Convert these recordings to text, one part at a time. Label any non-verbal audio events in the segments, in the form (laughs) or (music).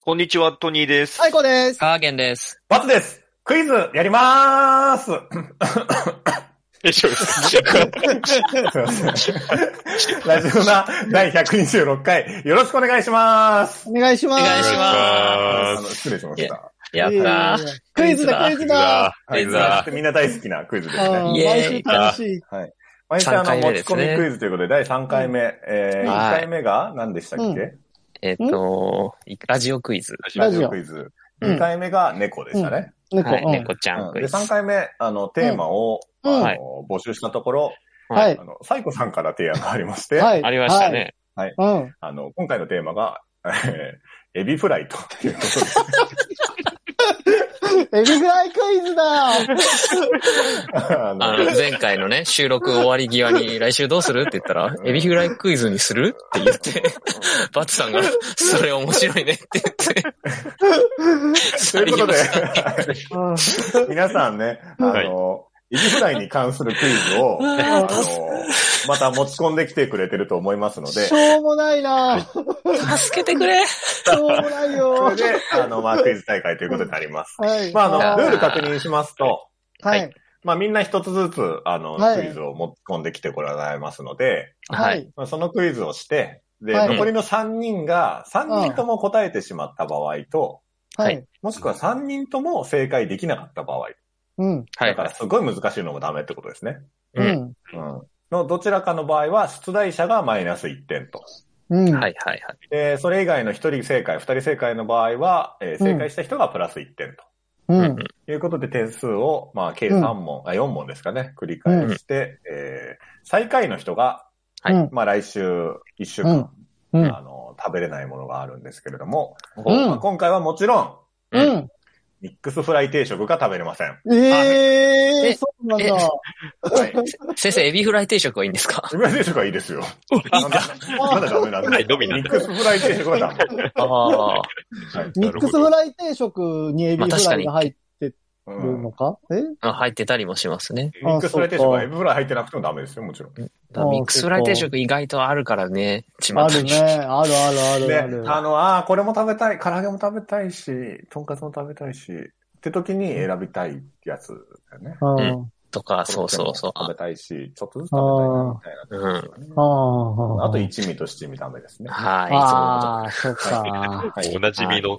こんにちは、トニーです。最高です。カーゲンです。バツです。クイズやりまーす。よいしょラジオナ第126回、よろしくお願いします。お願いします。お願いしあまの失礼しました。やっいえいえいえたー。クイズだ、ククイイズだ。はいクイズだみんな大好きなクイズですあーね。イエ毎ー週イ楽しい。毎週あ三回の、持目ちですね込みクイズということで、第3回目、えー、はい1回目が何でしたっけ、えっと、ラジオクイズ。ララジジオオクイズ。うん2回目が猫でしたね。猫、はい、うん猫ちゃんうクんイで、ズ。 3回目、あの、テーマを、うんあのはい募集したところ、はいあ。の、サイコさんから提案がありまして、はい。ありましたね。はい。うん。あの、今回のテーマが、えーエビフライということで。エビフライクイズだ。ああのの、前回のね、収録終わり際 (laughs) に来週どうするって言ったら、エビフライクイズにするって言って、バツさんが、それ面白いねって言って。ということで、うん皆さんね、あはいの、エビフライに関するクイ (laughs) ズを、あの、また持ち込んできてくれてると思いますのでし、ょうもないな。し助けてくれょうもないそよれ。で、あの、まあ、クイズ大会ということになります。 (laughs) はい。まあ、あの、はいルール確認しますと、はい。まあ、みんな一つずつ、あの、はいクイズを持ち込んできてこられますので、ははいい。まあそのクイズをして、で、はい残りの3人が、3人とも答えてしまった場合と、ははいい。もしくは3人とも正解できなかった場合。うん。はだいか。らすごい難しいのもダメってことですね。ううんん。うんのどちらかの場合は、出題者がマイナス1点と。うん。はい、はい、はい。で、それ以外の1人正解、2人正解の場合は、えーうん正解した人がプラス1点ううんん。ということで、点数を、まあ、計3問、あ、4問ですかね、繰り返して、えー最下位の人が、はいうんまあ、来週1週間、うんうんあの、食べれないものがあるんですけれども、うんまあ今回はもちろん、ううん。ミックスフライ定食が食べれません。えええそうなんだ。はい。先生、エビフライ定食はいいんですかエビフライ定食はいいですよ。なんだまだダメなんだ。はミいのみなんッだクスフライ定食はダメ。ああ。ミックスフライ定食にエビフライが入ってうるんのかえ (laughs) あ入ってたりもしますね。ミックスフライ定食はエビフライ入ってなくてもダメですよ、もちろん。ね、だからミックスフライ定食意外とあるからね、ちあまたるにね。あるあるあるある。あの、ああ、これも食べたい、唐揚げも食べたいし、とんかつも食べたいし、って時に選びたいやつだよね。う。うんとか、そうそうそう。コロッケも食あべたいし、ちょっとずつ食べたいな、みたいな時とかね、ああ。あと一味と七味ダメですね。はい、いつものことああ、そっか。はおなじみの。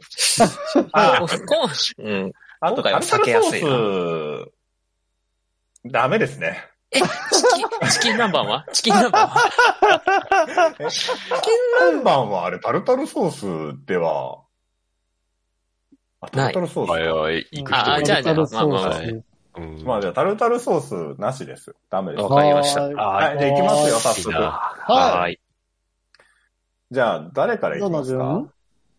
あこううん。あと、今回タはルタ避けルやソすいなース、ダメですね。え、チキン、チキン南蛮はチキン南蛮はチキン南蛮はあれ、タルタルソースでは、あ、タルタルソースかはいはい、行く人あもあ、いじゃあるじゃタあ、ルまタルあまあソーまあス。うんまあじゃあ、タルタルソースなしです。ダメです。わかりましたはいはい、じゃあ行きますよ、早いい速。なははい。じゃあ、誰からど行きのます順か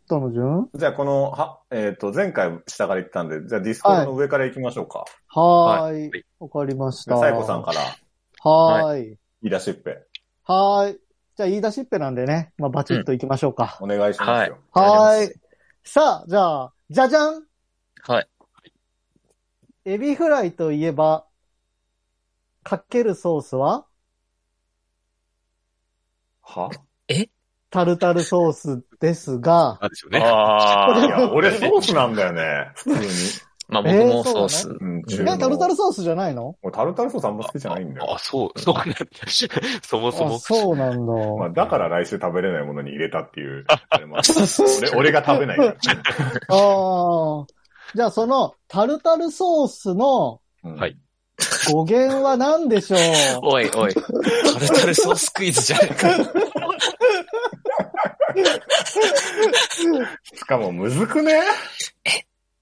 どの順じゃあ、この、は、えっ、と、前回下から行ったんで、じゃあ、ディスコードの上から行きましょうか。はーはいい。わかりましじゃた。あサイコさんから、はーい。言い出しっぺ、はーい。じゃあ、言い出しっぺなんでね。まあ、バチッといきましょうか。お願いしますよ。うんはーい。さあ、じゃあ、じゃじゃんはい。エビフライといえば、かけるソースははタルタルソースですが、あですよね。あいあ。や、俺ソースなんだよね、普通に。まあ僕えーもソそース。うん、中え、のタルタルソースじゃないの俺タルタルソースあんま好きじゃないんだよ。あ、そう、そうなんだ。そもそあ、も。そうなんだ。まあ、だから来週食べれないものに入れたっていう、あれもある俺、俺が食べないから。ああ。じゃあ、その、タルタルソースのうんはい語源は何でしょうおいおい。タルタルソースクイズじゃねえか。しかも、むずくね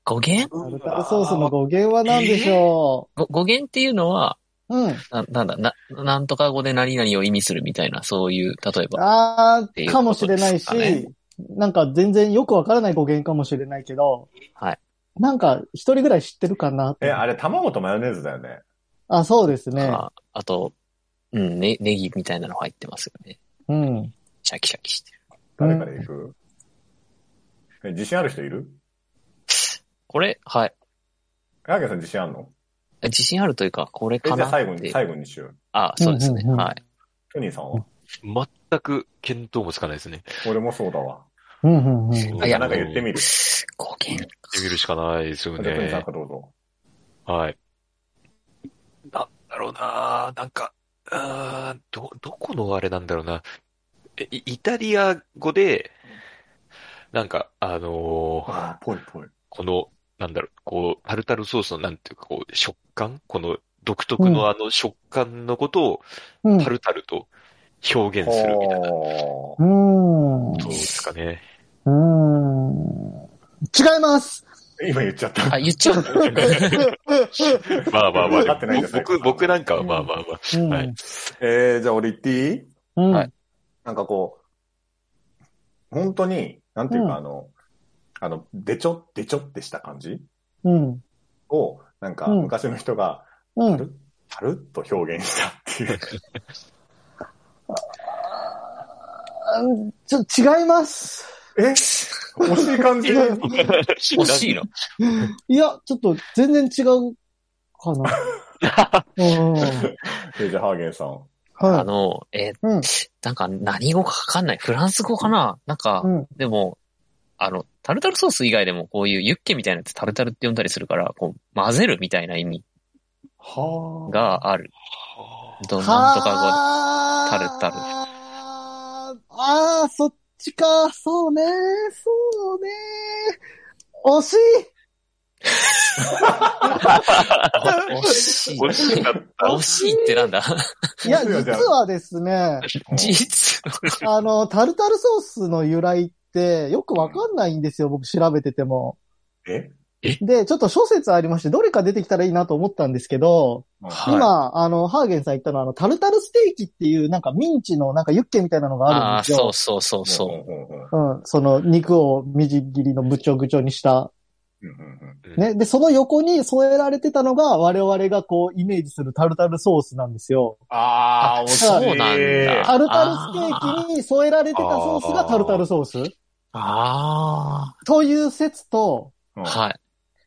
語源タルタルソースの語源は何でしょご語源っていうのは、ううん。ななんだ、な、なんとか語で何々を意味するみたいな、そういう、例えば。あていあ、うかもしれないし、ことですかなんか全然よくわからない語源かもしれないけど、はい。なんか一人ぐらい知ってるかなえ、あれ、卵とマヨネーズだよね。あ、そうですね。ああと、うん、ね、ネギみたいなの入ってますよね。うん。シャキシャキしてる。誰から行く、え、自信ある人いるこれ、はい。ヤーゲンさん自信あるの自信あるというか、これえ、じかゃあな最後っに、て。最後にしよう。あ、そうですね。うんうんうんはい。トニーさんは全く見当もつかないですね。俺もそうだわ。うんうんうん。そうあいやなんか言ってみる。貢献。言ってみるしかないですよふだくんさんねか。どうぞ。はい。なんだろうななんか、あーど、どこのあれなんだろうな。えイイタリア語で、なんか、あのーああ、ぽいぽい。この、なんだろう、こう、タルタルソースのなんていうか、こう、食感この独特のあの食感のことをうんタルタルと表現するみたいな。ほうーん。うそうですかね。ん。違います今言っちゃった。あ、言っ (laughs) ちゃうのまあま (laughs) あまあ分かってないんだ、僕、僕なんかはまあまあまあ。うんはい。えー、じゃあ俺言っていいうんはいなんかこう、本当に、なんていううか、んあの、あの、でちょ、でちょってした感じうん。を、なんかうん昔の人が、うたん。る、たるっと表現したっていう。ちょ、違います。え惜しい感じ惜惜しいの。いや、ちょっと全然違うかな。 (laughs) うん。えじゃあハーゲンさん。あはの、えーうんなんか何語かわかんない。フランス語かななんか、い。うん。でも、あの、タルタルソース以外でもこういうユッケみたいなやつタルタルって呼んだりするから、こう、混ぜるみたいな意味はあ。がある。はどなんとかはータルタルああ、そっちか。そうね。そうね。惜しい語。(laughs) 惜しい。惜しかった。惜しいってなんだいや、そう (laughs) よじ実ゃあはですね、 (laughs) 実はあの、タルタルソースの由来ってよくわかんないんですよ、僕調べてても。えで、ちょっと諸説ありまして、どれか出てきたらいいなと思ったんですけど、はい今、あの、ハーゲンさん言ったのは、あの、タルタルステーキっていう、なんかミンチの、なんかユッケみたいなのがああるあ、んですそよう。そうそううそんうんうんうんうん、その肉をみじん切りのぶちょぐちょにした。うんうん。ね。で、その横に添えられてたのが、我々がこう、イメージするタルタルソースなんですよ。ああ、惜しい。そうなんだタルタルステーキに添えられてたソースがタルタルソースう。あという説と、うあ、んはい。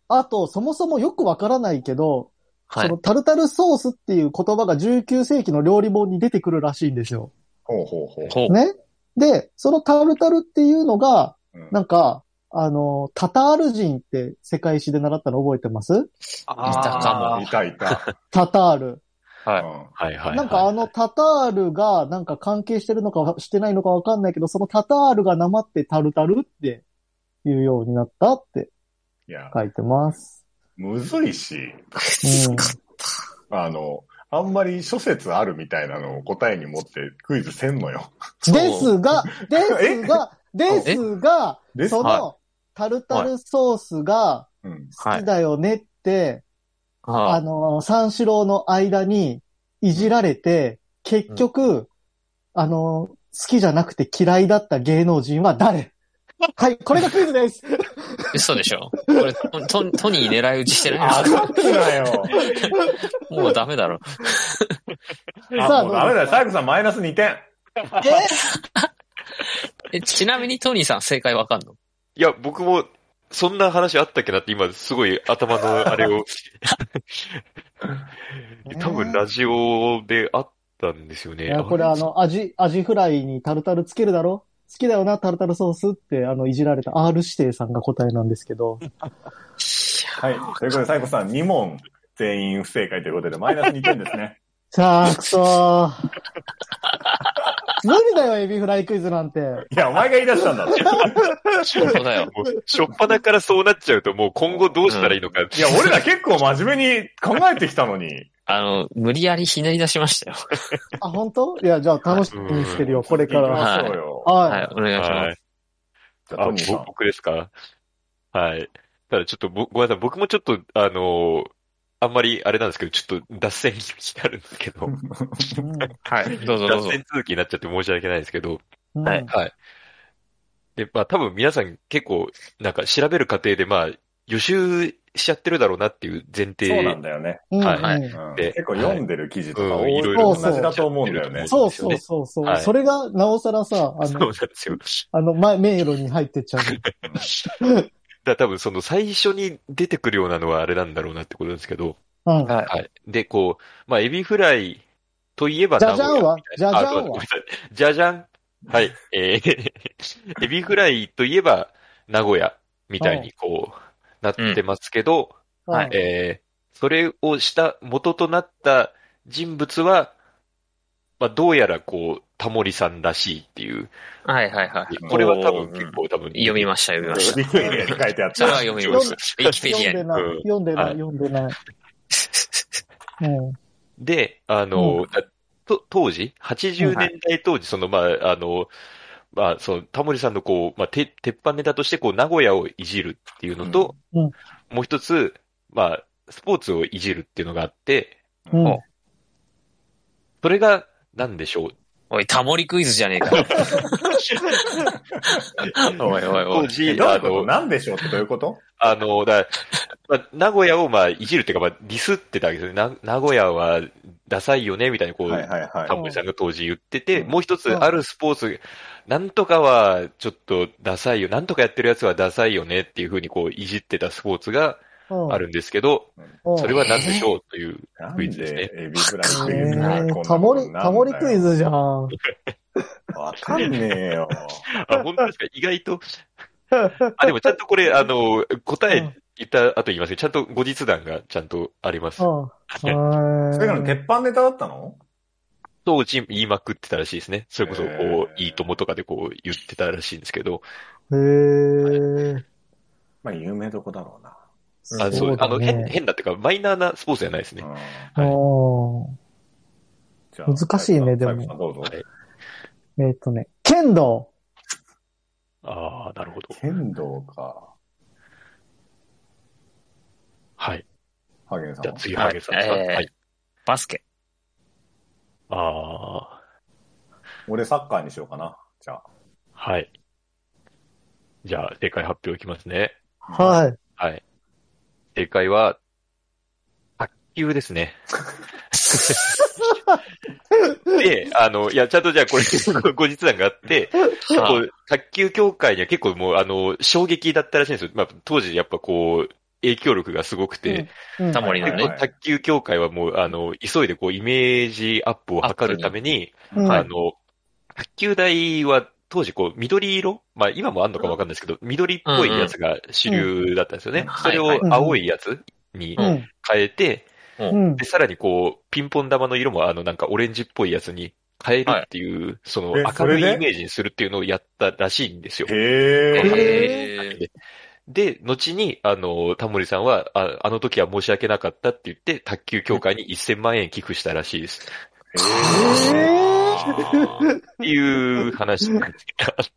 あと、そもそもよくわからないけど、はそいの。タルタルソースっていう言葉が19世紀の料理本に出てくるらしいんですよ。ほうほうほう。ほう。ね。で、そのタルタルっていうのが、うんなんか、あの、タタール人って世界史で習ったの覚えてますあーいたかもいたいた。タタール。はいうんはいはいはい。なんかあのタタールがなんか関係してるのかしてないのかわかんないけど、そのタタールがなまってタルタルっていうようになったっていや、書いてます。むずいし、 (laughs) うん、あの、あんまり諸説あるみたいなのを答えに持ってクイズせんのよ。です (laughs) が、ですが、ですが、ですそのタルタルソースがうん。好きだよねって、ああのー、三四郎の間にいじられて、結局、あのー、好きじゃなくて嫌いだった芸能人は誰はい、これがクイズです。あ、嘘でしょこれ、トトトニー狙い撃ちしてないあかってなよ。もうダメだろ。さああ、もうダメだよ。サイコさんマイナス2点。え、ちなみにトニーさん正解わかんのいや、僕も、そんな話あったっけなって今、すごい頭の (laughs) あれを、多分ラジオであったんですよいね。やこれあの、アジ、アジフライにタルタルつけるだろ好きだよな、タルタルソースって、あの、いじられた R 指定さんが答えなんですけど。はい。ということで、サイコさん2問全員不正解ということで、マイナス2点ですね。さあ、くそー。無理だよ、エビフライクイズなんて。いや、お前が言い出したんだろ。本当だよ。もう、しょっぱなからそうなっちゃうと、もう今後どうしたらいいのか。いや、俺ら結構真面目に考えてきたのに。あの、無理やりひねり出しましたよ。あ、本当？いや、じゃあ楽しみにしてるよ、これから。ははい行きましょうよ。はい、お願いします。 (laughs) はい。じゃあ、あトニーさぼ僕ですかはい。ただちょっとぼ、ごめんなさい。僕もちょっと、あのーあんまりあれなんですけど、ちょっと脱線してあるんですけど、い。うんはい、どうぞどう脱ぞ。線続きになっちゃって申し訳ないですけど、うんはいはい。で、まあ多分皆さん結構、なんか調べる過程でまあ予習しちゃってるだろうなっていう前ん。提。そうなんだよね。うんはいはうんうんで結構読んでる記事とかう多んいいろいろ同じだと思うんだよね。そうそうそうそう、はいそれが、なおさらさ、あそうなんの、ですよ。だかあの、ま、迷路に入ってっちゃう。ら多分その最初に出てくるようなのはあれなんだろうなってことなんですけど、うん。はい。はい。で、こう、まあエビフライといえばじゃじゃん名は古屋みたいじゃなじゃんはあごめんなさいじゃじゃんはい。えー (laughs) エビフライといえば、名古屋みたいにこう、なってますけど、はいうんえーそれをした元となった人物は、まあ、どうやらこう、タモリさんらしいっていう。はいはいはい。これは多おー分結構多分。読みました、読みました。ビッグエ (laughs) リアに書いてあっそれ (laughs) はた。読みました。ウィキペディア読んでに。ないうん、読んでなはい、い読ん (laughs) でない。うん。で、あの、だと当時、80年代当時、その、まあ、あの、まあ、その、タモリさんのこう、まあ、て、鉄板ネタとして、こう、名古屋をいじるっていうのと、うんうんもう一つ、まあ、スポーツをいじるっていうのがあって、うん。おそれが、なんでしょう。おい、タモリクイズじゃねえか。おいおいお当い。え時、どういあうことの、なんでしょうってどういうことあの、だまあ、名古屋を、まあ、いじるっていうか、まあ、ディスってたわけですよね。な名古屋は、ダサいよね、みたいな、こう、はいはいはタモリさんが当時言ってて、うんもう一つ、うんあるスポーツ、なんとかはちょっとダサいよ、なんとかやってるやつはダサいよねっていうふうにこういじってたスポーツがうんあるんですけど、うんそれは何でしょうという。い。なんクイズですねでエビフライえクイズがこんなータモリ、タモリクイズ。ズじ (laughs) ゃん。わかんねえ (laughs) よ。あ、本当ですか意外 (laughs) と。あ、でもちゃんとこれ、あの、答うえん言った後言いますけど、ちゃんと後日談がちゃんとあります。うん。それから鉄板ネタだったの当時言いまくってたらしいですね。それこそ、こへう、ーいいともとかでこう言ってたらしいんですけど、へー。まあ、有名どこだろうな。あそう、あの、変、ね。変なっていうか、マイナーなスポーツじゃないですね。うん変おーじゃあ難しいねでも最後さんどうぞ。はいえーっとね、剣道。ああ、なるほど。剣道か。はい。ハゲンさんじゃはあ。次、ハゲさん。はいえーはい。バスケ。ああ、俺サッカーにしようかな。じゃはい。じゃあ、正解発表いきますね。あ。い。はい。はい。正解は、卓球です (laughs) ね。で、あの、いや、ちゃんとじゃあこれ、 (laughs) 後日談があって、あこう卓球協会には結構もう、あの、衝撃だったらしいんですよ。まあ、当時やっぱこう、影響力がすごくて、うんタモリの結ね構。卓球協会はもう、あの、急いでこう、イメージアップを図るために、うんあの、卓球台は当時こう緑色まあ今もあんのかわかんないですけど、緑っぽいやつが主流だったんですようねんうん。それはいはいを青いやつにう変ん。えて、うんで、。さらにこう、ピンポン玉の色もあのなんかオレンジっぽいやつに変えるっていう、そのえ明るそれいでイメージにするっていうのをやったらしいんですよ。へえ。へーで、後に、あの、タモリさんは、ああの時は申し訳なかったって言って、卓球協会に1000万円寄付したらしいです。っていう話があっ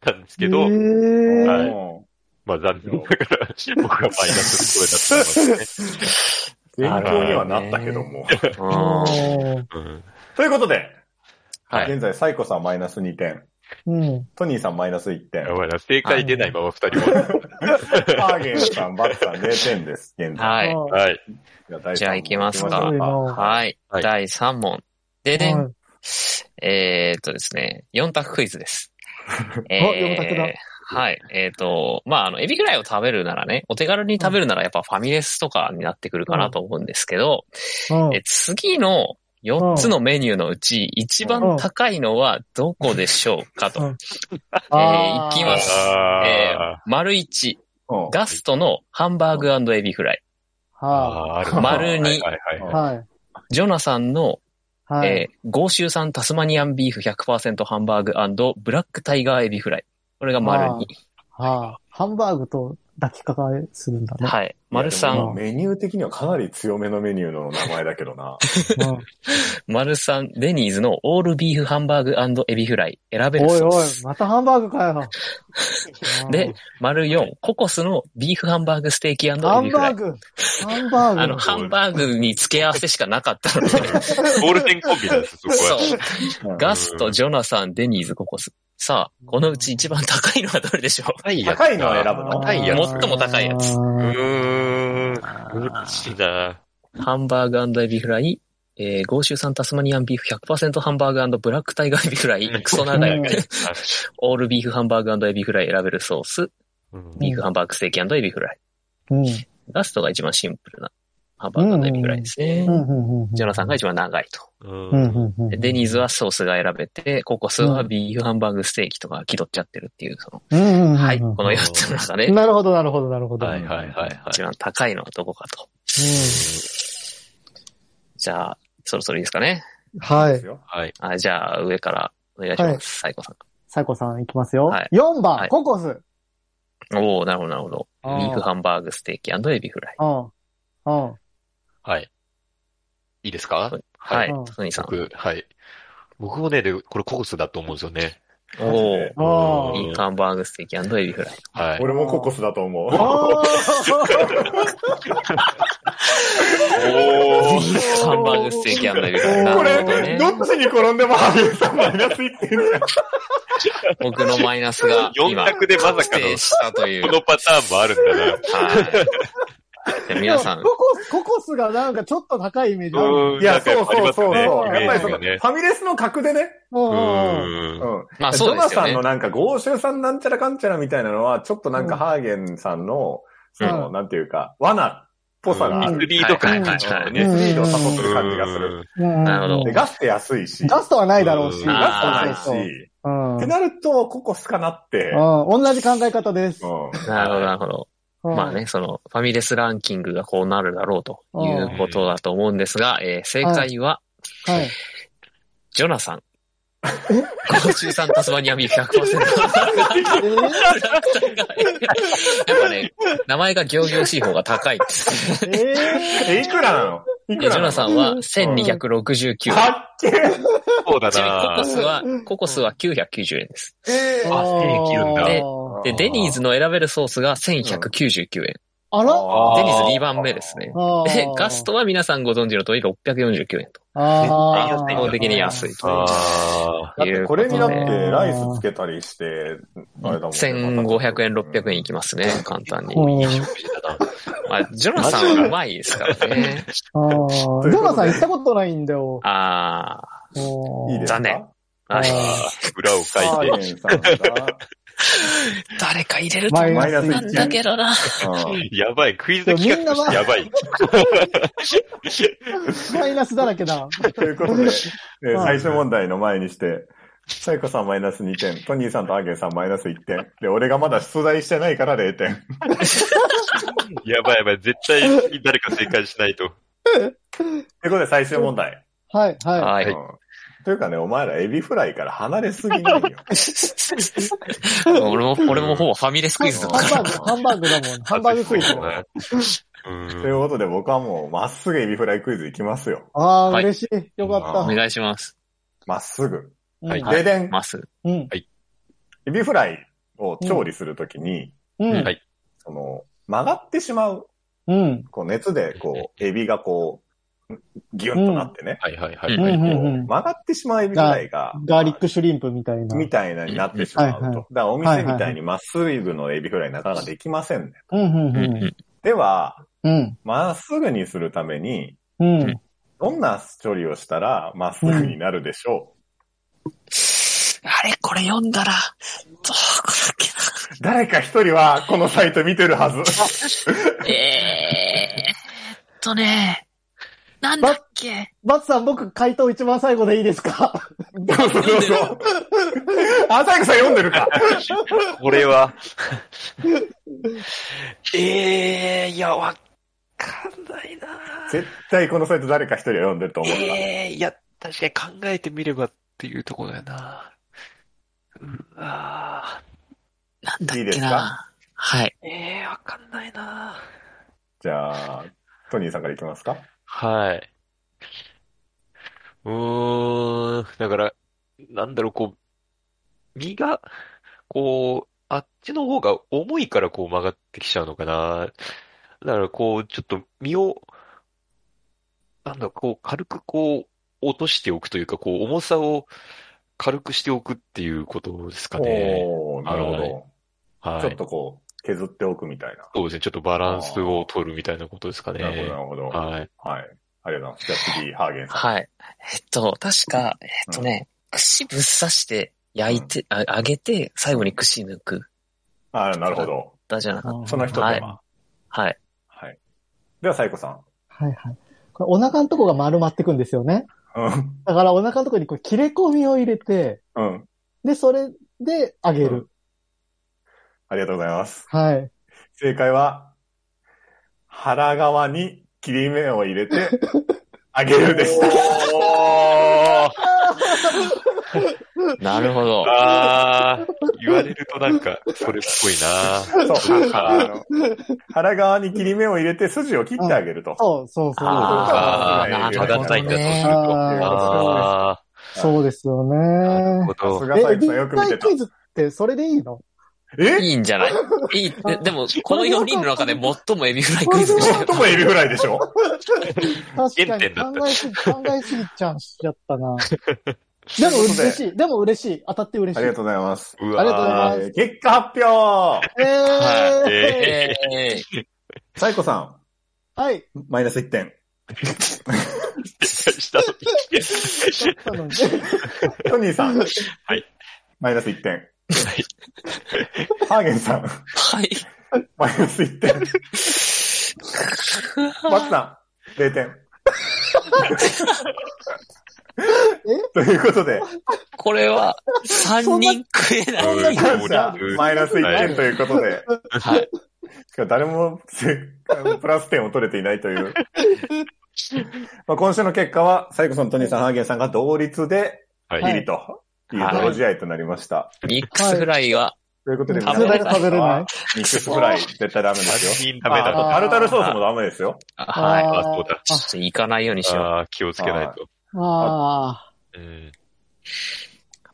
たん (laughs) ですけど、えはいうんまあ残念なが (laughs) ら、僕はマイナ (laughs) スの声だったんですね。勉強にはなったけども。うんー。うんということで、はい。現在サイコさんマイナス2点、うん。トニーさんマイナス1点、やばいな、正解出ないまま二人は。ハーゲンさん、バッツさん0点です。現在。はい。ははい。じゃあ行きますか行きましょうはい。はい第3問。でい。でん。はえーっとですね、4択クイズです。 (laughs) え四択だはい。えーっ、と、まあ、あの、エビフライを食べるならね、お手軽に食べるならやっぱファミレスとかになってくるかなと思うんですけど、いえ次の4つのメニューのうち一番高いのはどこでしょうかと。うんえーあいーきます。えーあ丸1、うんガストのハンバーグエビフライ。ーはあー、丸はい二はいはいい。はい。はい。ジョナサンの、はい。えー、豪州産タスマニアンビーフ100%ハンバーグブラックタイガーエビフライ。これが丸2。はあ。ハンバーグと抱きかかえするんだね。はい。丸いやで3も、メニュー的にはかなり強めのメニューの名前だけどな。丸三デニーズのオールビーフハンバーグエビフライ。選べうんるおいそうおでい、す。またハンバーグか (laughs) よ。で、丸4、ココスのビーフハンバーグステーキエビフハンラバイー。グ。ハンバーグ。あの、ハンバーグに付け合わせしかなかった (laughs) ので、ゴールデンコンビなんです、そこそは。う。ガスト、ジョナサン、デニーズ、ココス。さあ、このうち一番高いのはどれでしょ高いやつか高いのを選ぶの高いやつ。最も高いやつううーん。難しいな。うハンバーグエビフライ、えー、豪州産タスマニアンビーフ100%ハンバーグブラックタイガーエビフライ、クソ長い。うんオールビーフハンバーグエビフライ選べるソース、うんビーフハンバーグステーキエビフライ。ん。ガストが一番シンプルな。ハンバーガーのエビフライですね。うんうんうん。ジョナサンが一番長いと。うんうんうんうん。でデニーズはソースが選べて、ココスはビーフハンバーグステーキとか気取っちゃってるっていう、その、うんうんうんうん。はい、この4つの中で、なるほど、なるほど、なるほど。はいはいはいはい。一番高いのはどこかと。うじゃあ、そろそろいいですかね。んはい。はい。あじゃあ、上からお願いします。サイコさサイコさんいきますよ。はい4番、はいココス。ん。おおなるほど、なるほど。ビあーーフハンバーグステーキエビフライ。うん。うん。はい。いいですかはいうん、トニーさん。僕、はい。僕もね、で、これココスだと思うんですよね。おおうあんビーフハンバーグステーキエビフライ。はい。俺もココスだと思う。あ。あビーフハンバーグステーキエビフライ。なこるほどれ、ねど。っちに転んでもハゲさんマイナス1点じゃん。僕のマイナスが四今、択でまさかの確定したという。 (laughs) このパターンもあるんだな。はい。じゃあ (laughs) 皆さんコ、コス、ココスがなんかちょっと高いイメージある。うんいや、なんかそやうっぱありそうますよそう。ねそうやっぱりイメーその、ジがねファミレスの格でね。うんううん。ん。まあそうですよジョナさんねの。なんか、豪州さんなんちゃらかんちゃらみたいなのは、ちょっとなんか、うんハーゲンさんの、その、うなんていうか、罠っぽさがあミスる。リード感うんがちょっとミね。スリードを誘ってうるん感じがする。うんなるほどで、ガスト安いし。ガストはないだろうし。うんガストそうそうないそうし。うん。うってなると、ココスかなって。ん。同じ考え方です。うん。なるほど、なるほど。うんまあ。ね、その、ファミレスランキングがこうなるだろうということだと思うんですが、えー正解は、はい。ジョナサン。53タスマニアビーフ100%。 (laughs) えーやっぱね、名前が行々しい方が高いですね。ええ、いくらなのいでジくらョナなサンは1269円。のかっけえそうだちなみにコなコスは、ココスは990円です。ー、あステーキいるんだでで、デニーズの選べるソースが1199円。あらあーデニーズ2番目ですね。あーで、ガストは皆さんご存知の通り649円あーと。基本的に安いとあだっいてうこことれになってで。ライスつけたりして、あれだもんね。 1500円、600円いきますね、簡単に。 (laughs) ー。いいうん食事だな。まあ、ジョナサンはうまいですからね。あージョナさん行ったことないんだよ。あおーいいです残念ー。はい。あ裏を書ハいーて。ゲンさ (laughs) んが。誰か入れるとマイ思ナっマイナスたんだ1けどな。円。やばい。クイズ企画としてやばい。ーマイナスだらけだ。ということで、えーはい最終問題の前にして、サイコさんマイナス2点、トニーさんとハーゲンさんマイナス1点。で、俺がまだ出題してないから0点。やばいやばい。絶対誰か正解しないと。ということで、最終問題。はい、 (laughs) ははいうん。というかね、お前らエビフライから離れすぎないよ。俺も、俺もほぼファミレスクイい。ズだハっンたかバーグ、ハら。ンバーグだもん。ハンバーグクイズ。うんということで、僕はもう、まっすぐエビフライクイズいきますよ。ああ、はい嬉しい。よかおっ願いします。まっすぐ。た。はいででん。まっすぐ。うん。エビフライを調理するときに、うん。うんはいその、曲がってしまう、うん。こう熱で、こう、エビがこう、ギュンとなってね、はいはいはい。うんはういんこうんう。うん曲がってしまうエビフライが、ガーリックシュリンプみたいな。みたいなになってしまうと。はいはいだからお店みたいにまっすぐのエビフライなかなかできませんね。うん、うん、ううんん。では、。うん。まっすぐにするために、うん。どんな処理をしたらまっすぐになるでしょあれこれ読んだら、どこだう、誰か一人はこのサイト見てるはず。っけな。えーっとね、なんだっけ。バツさん、僕、回答一番最後でいいですかどうぞどうぞ。 (laughs) あ、サイクさん読んでるか。これは。 (laughs) ええいや、わかんないな絶対このサイト誰か一人は読んでると思うから。ええいや、確かに考えてみればっていうところだよな。うわなんいいですかはい。ーええわかんないなじゃあ、トニーさんからいきますか。はい。うーん、だから、なんだろう、こう、身が、こう、あっちの方が重いからこう曲がってきちゃうのかな。だからこう、ちょっと身を、なんだ、こう、軽くこう、落としておくというか、こう、重さを軽くしておくっていうことですかね。おー、なるほど、はい。ちょっとこう、削っておくみたいな。そうですね、ちょっとバランスを取るみたいなことですかね。なるほど、なるほど。はい。はい。ありがとうございます。じゃあ次、ハーゲンさん。はい。えっと、確か、えっとね、串ぶっ刺して、焼いて、あ揚げて、最後に串抜く。ああ、なるほど。だじゃなかっその一手は間。いた。はい。はい。では、サイコさん。はいはい。これお腹のとこが丸まってくんですよね。うん。だからお腹のとこにこう切れ込みを入れて、うん。で、それで揚げる。ありがとうございます。はい。正解は、腹側に切り目を入れ (laughs) て、あげるでした。おーなるほど。あー、言われるとなんか、それっぽいなそう。あの腹側に切り目を入れて筋を切ってあげると。そうそうそう。あーただないんだとすると。ああーそうですー、よなるね。ほさど。すがえ、サイ立クさんよく見て体たク。イズってそれでいいのえいいんじゃないいいって、でも、この4人の中で最もエビフライクイズでしちたょっよ。ともエビフライでしょ確か原に点だった考えすぎ、考えすぎちゃんしちゃったな。でも嬉しい。でも嬉しい。当たって嬉あしい。りがとうございます。うありがとうございますわえー結果発表えーはいええサイコさはい。ん、マイナス1点。ー、したの。だったのに。トニーさん。はいマイナス1点。はいハーゲンさん。はい。マイナス1点。バツさん。0点。ということで、これは、3人食えない。そんな感感謝じだ。マイナス1点ということで、はい。しかも誰もせプラス点を取れていないという。まあ今週の結果は、サイコさん、トニーさん、ハーゲンさんが同率で、はビい。リという泥試合となりました。ミックスフライは、ということで、食べ皆さんれない食べれないミックスフライ絶対ダメですよ。人ダメだああと、タルタルソースもダメですよ。はい。あそうだちょっと行かないようにしよあー気をつけないと。あーあうん。う。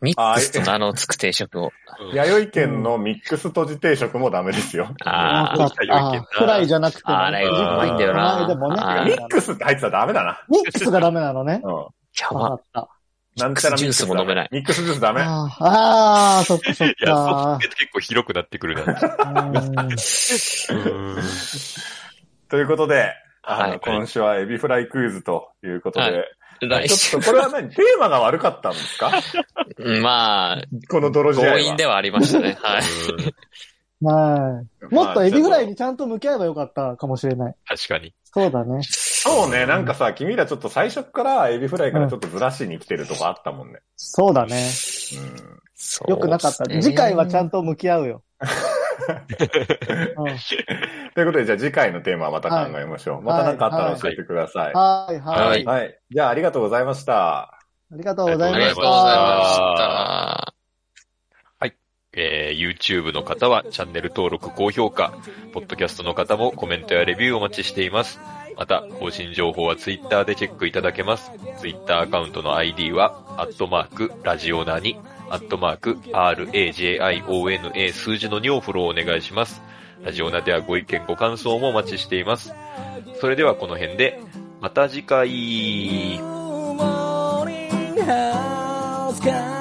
ミックスと名のつく定食を。弥生県のミックスとじ定食もダメですよ。あー。あよ。かったあーフライじゃなくても。あれ、うまいんだよこの間もねな。あミーックスって入ってたらダメだな。ミックスがダメなのね。うん。やわかば。った。なんちゃらミックスミックスジュースも飲めないミックスジュースダメ。あーあー、そっかそっいや、そうかって。結構広くなってくるな。うんうんということで、あはの、い今週はエビフライクイズということで、来ち週ょっとこれは何テーマが悪かったんですかまあ、この泥試合は。強引ではありましたね。ははい。い。まあもっとエビフライにちゃんと向き合えばよかったかもしれない。確かに。そうだね。そうね、なんかさ、君らちょっと最初からエビフライからちょっとずらしに来てるとこあったもんね。そうだね。うん。よくなかった。次回はちゃんと向き合うよ。うんということで、じゃあ次回のテーマはまた考えましょう。また何かあったら教えてください。は。はい、はいい。あはいじゃあありがとうございました。りがとうございあまりがしとうございまた。した。えー YouTube の方はチャンネル登録、高評価、ポッドキャストの方もコメントやレビューをお待ちしています。また、更新情報は Twitter でチェックいただけます。Twitter アカウントの ID は、アットマーク、ラジオナに、アットマーク、RAJIONA 数字の2をフォローお願いします。ラジオナではご意見、ご感想もお待ちしています。それではこの辺で、また次回。 Morning House Call